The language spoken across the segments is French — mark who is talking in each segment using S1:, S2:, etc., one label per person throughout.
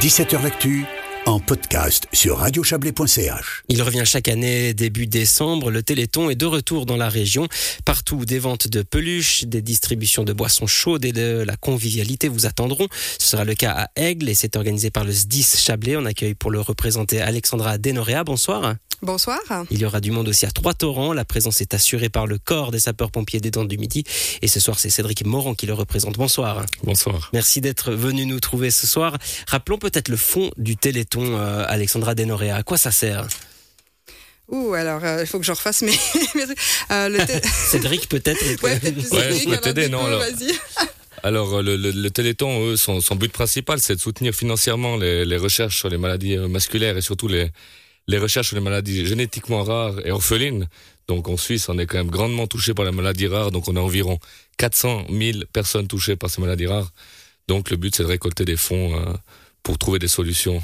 S1: 17h L'actu en podcast sur radiochablais.ch.
S2: Il revient chaque année début décembre. Le Téléthon est de retour dans la région. Partout, des ventes de peluches, des distributions de boissons chaudes et de la convivialité vous attendront. Ce sera le cas à Aigle et c'est organisé par le SDIS Chablais. On accueille pour le représenter Alexandra Denoréa. Bonsoir.
S3: Bonsoir.
S2: Il y aura du monde aussi à Trois-Torrents. La présence est assurée par le corps des sapeurs-pompiers des Dents du Midi. Et ce soir, c'est Cédric Morand qui le représente. Bonsoir.
S4: Bonsoir.
S2: Merci d'être venu nous trouver ce soir. Rappelons peut-être le fond du Téléthon, euh, Alexandra Denoréa. À quoi ça sert
S3: Ouh, alors, euh, il faut que je refasse mes. mes trucs. Euh, le thé-
S2: Cédric peut-être
S3: Ouais, faites plus
S4: Ouais, je
S3: Cédric,
S4: peux
S3: alors,
S4: t'aider,
S3: du
S4: non,
S3: coup,
S4: alors.
S3: Vas-y.
S4: Alors, euh, le, le- le Téléthon, eux, son, son but principal, c'est de soutenir financièrement les, les recherches sur les maladies euh, musculaires et surtout les, les recherches sur les maladies génétiquement rares et orphelines. Donc, en Suisse, on est quand même grandement touché par les maladies rares. Donc, on a environ 400 000 personnes touchées par ces maladies rares. Donc, le but, c'est de récolter des fonds euh, pour trouver des solutions.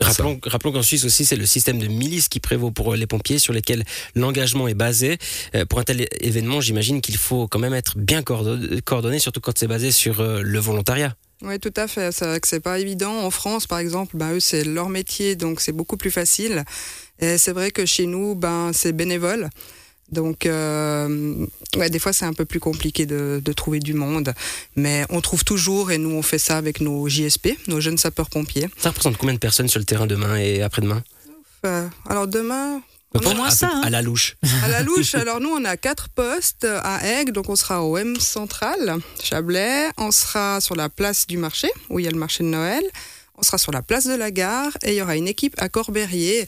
S4: à ça.
S2: Rappelons, rappelons qu'en Suisse aussi, c'est le système de milice qui prévaut pour euh, les pompiers, sur lesquels l'engagement est basé. Euh, pour un tel é- événement, j'imagine qu'il faut quand même être bien cordo- coordonné, surtout quand c'est basé sur euh, le volontariat.
S3: Oui, tout à fait. C'est vrai que c'est pas évident. En France, par exemple, ben, eux, c'est leur métier, donc c'est beaucoup plus facile. Et c'est vrai que chez nous, ben, c'est bénévole. Donc, euh, ouais, des fois, c'est un peu plus compliqué de, de trouver du monde. Mais on trouve toujours, et nous, on fait ça avec nos JSP, nos jeunes sapeurs-pompiers.
S2: Ça représente combien de personnes sur le terrain demain et après-demain
S3: Euh, alors, demain,
S5: Au moins
S2: À peu-
S5: ça, hein.
S2: À la louche.
S3: À la louche, alors nous on a quatre postes à Aigle, donc on sera au M Central, Chablais, on sera sur la place du marché, où il y a le marché de Noël, on sera sur la place de la gare, et il y aura une équipe à Corbérier.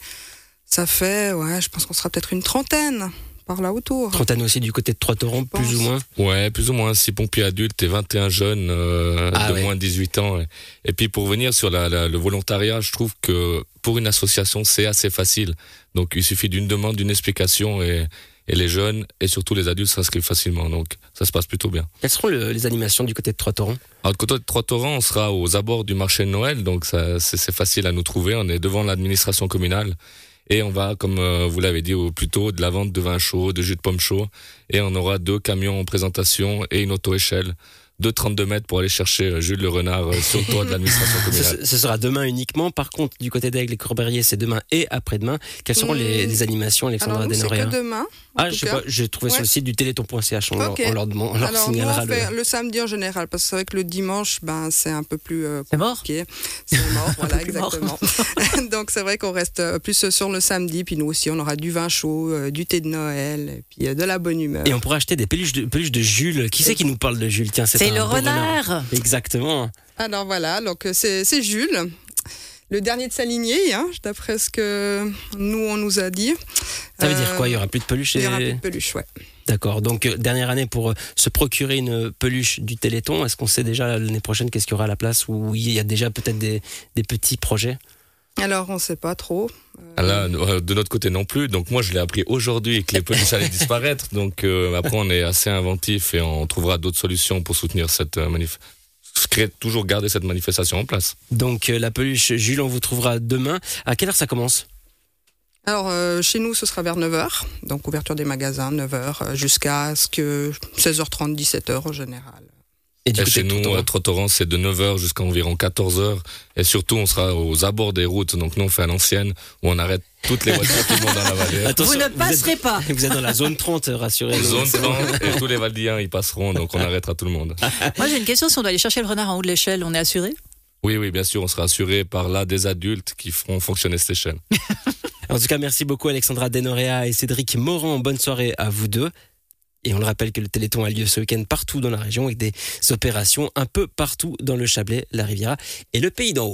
S3: Ça fait, ouais, je pense qu'on sera peut-être une trentaine par là autour.
S2: Trentaine aussi du côté de Trois-Torrents,
S3: pense.
S2: plus ou moins.
S4: Ouais, plus ou moins 6 pompiers adultes et 21 jeunes euh,
S2: Ah
S4: de
S2: ouais.
S4: moins de 18 ans. ouais. Et puis pour venir sur la, la- le volontariat, je trouve que pour une association, c'est assez facile. Donc il suffit d'une demande, d'une explication et, et les jeunes et surtout les adultes s'inscrivent facilement. Donc ça se passe plutôt bien.
S2: Quelles seront le- les animations du côté de Trois-Torrents
S4: Alors, de côté de Trois-Torrents, on sera aux abords du marché de Noël, donc ça, c'est c'est facile à nous trouver. On est devant l'administration communale et on va, comme euh, vous l'avez dit au plus tôt, de la vente de vin chaud, de jus de pomme chaud. Et on aura deux camions en présentation et une auto-échelle de 32 mètres pour aller chercher euh, Jules le renard euh, sur le toit de l'administration communale.
S2: ce, ce sera demain uniquement. Par contre, du côté d'Aigle et Corbérier, c'est demain et après-demain. Quelles seront les,
S3: Hmm.
S2: les animations,
S3: Alors
S2: Alexandra
S3: nous c'est
S2: Denoréa
S3: que demain. en
S2: Ah,
S3: tout
S2: je sais
S3: cas.
S2: pas, j'ai trouvé sur
S3: Ouais.
S2: le site du téléthon.ch. On, leur-
S3: Ok.
S2: on leur, demande- on leur
S3: Alors nous
S2: signalera
S3: on
S2: le-
S3: fait le samedi en général, parce que c'est vrai que le dimanche, ben, c'est un peu plus euh,
S5: C'est mort
S3: Ok, c'est mort, voilà,
S5: plus mort.
S3: exactement. Donc c'est vrai qu'on reste euh, plus sur le samedi, puis nous aussi on aura du vin chaud, euh, du thé de Noël, et puis euh, de la bonne humeur.
S2: Et on pourrait acheter des peluches de, peluches de Jules. Qui c'est qui nous parle de Jules Tiens, un
S5: C'est le
S2: bon
S5: renard
S2: Exactement.
S3: Alors voilà, donc euh, c'est c'est Jules, le dernier de sa lignée, hein, d'après ce que nous on nous a dit.
S2: Ça veut
S3: Euh,
S2: dire quoi Il y aura plus de peluches
S3: il y aura plus
S2: et-
S3: de peluche, ouais.
S2: D'accord. Donc, euh, dernière année pour euh, se procurer une euh, peluche du Téléthon. Est-ce qu'on sait déjà l'année prochaine qu'est-ce qu'il y aura à la place Ou il y a déjà peut-être des, des petits projets
S3: Alors on sait pas trop.
S4: Ah Là, euh, de notre côté non plus. Donc moi, je l'ai appris aujourd'hui que les peluches allaient disparaître. Donc euh, après, on est assez inventif et on trouvera d'autres solutions pour soutenir cette euh, manif. créer- Toujours garder cette manifestation en place.
S2: Donc, euh, la peluche Jules, on vous trouvera demain. À quelle heure ça commence
S3: Alors euh, chez nous ce sera vers 9h, donc ouverture des magasins 9h jusqu'à ce que 16h30, 17h en général.
S2: du
S4: Et
S2: côté
S4: chez
S2: de
S4: nous,
S2: Tourtour-
S4: euh, Trottoran, c'est de 9h jusqu'à environ 14h. Et surtout, on sera aux abords des routes. Donc, nous, on fait à l'ancienne, où on arrête toutes les voitures qui vont dans la vallée.
S2: Attention,
S5: Vous ne
S2: êtes-
S5: passerez pas.
S2: Vous êtes dans la zone 30, rassurez-vous.
S4: Zone 30, et tous les Valdiens y passeront. Donc, on arrêtera tout le monde.
S5: Moi j'ai une question, si on doit aller chercher le renard en haut de l'échelle, on est assuré
S4: Oui, oui, bien sûr, on sera assuré par là des adultes qui feront fonctionner cette chaîne.
S2: En tout cas, merci beaucoup Alexandra Denoréa et Cédric Moran. Bonne soirée à vous deux. Et on le rappelle que le Téléthon a lieu ce week-end partout dans la région avec des opérations un peu partout dans le Chablais, la Riviera et le Pays d'en haut.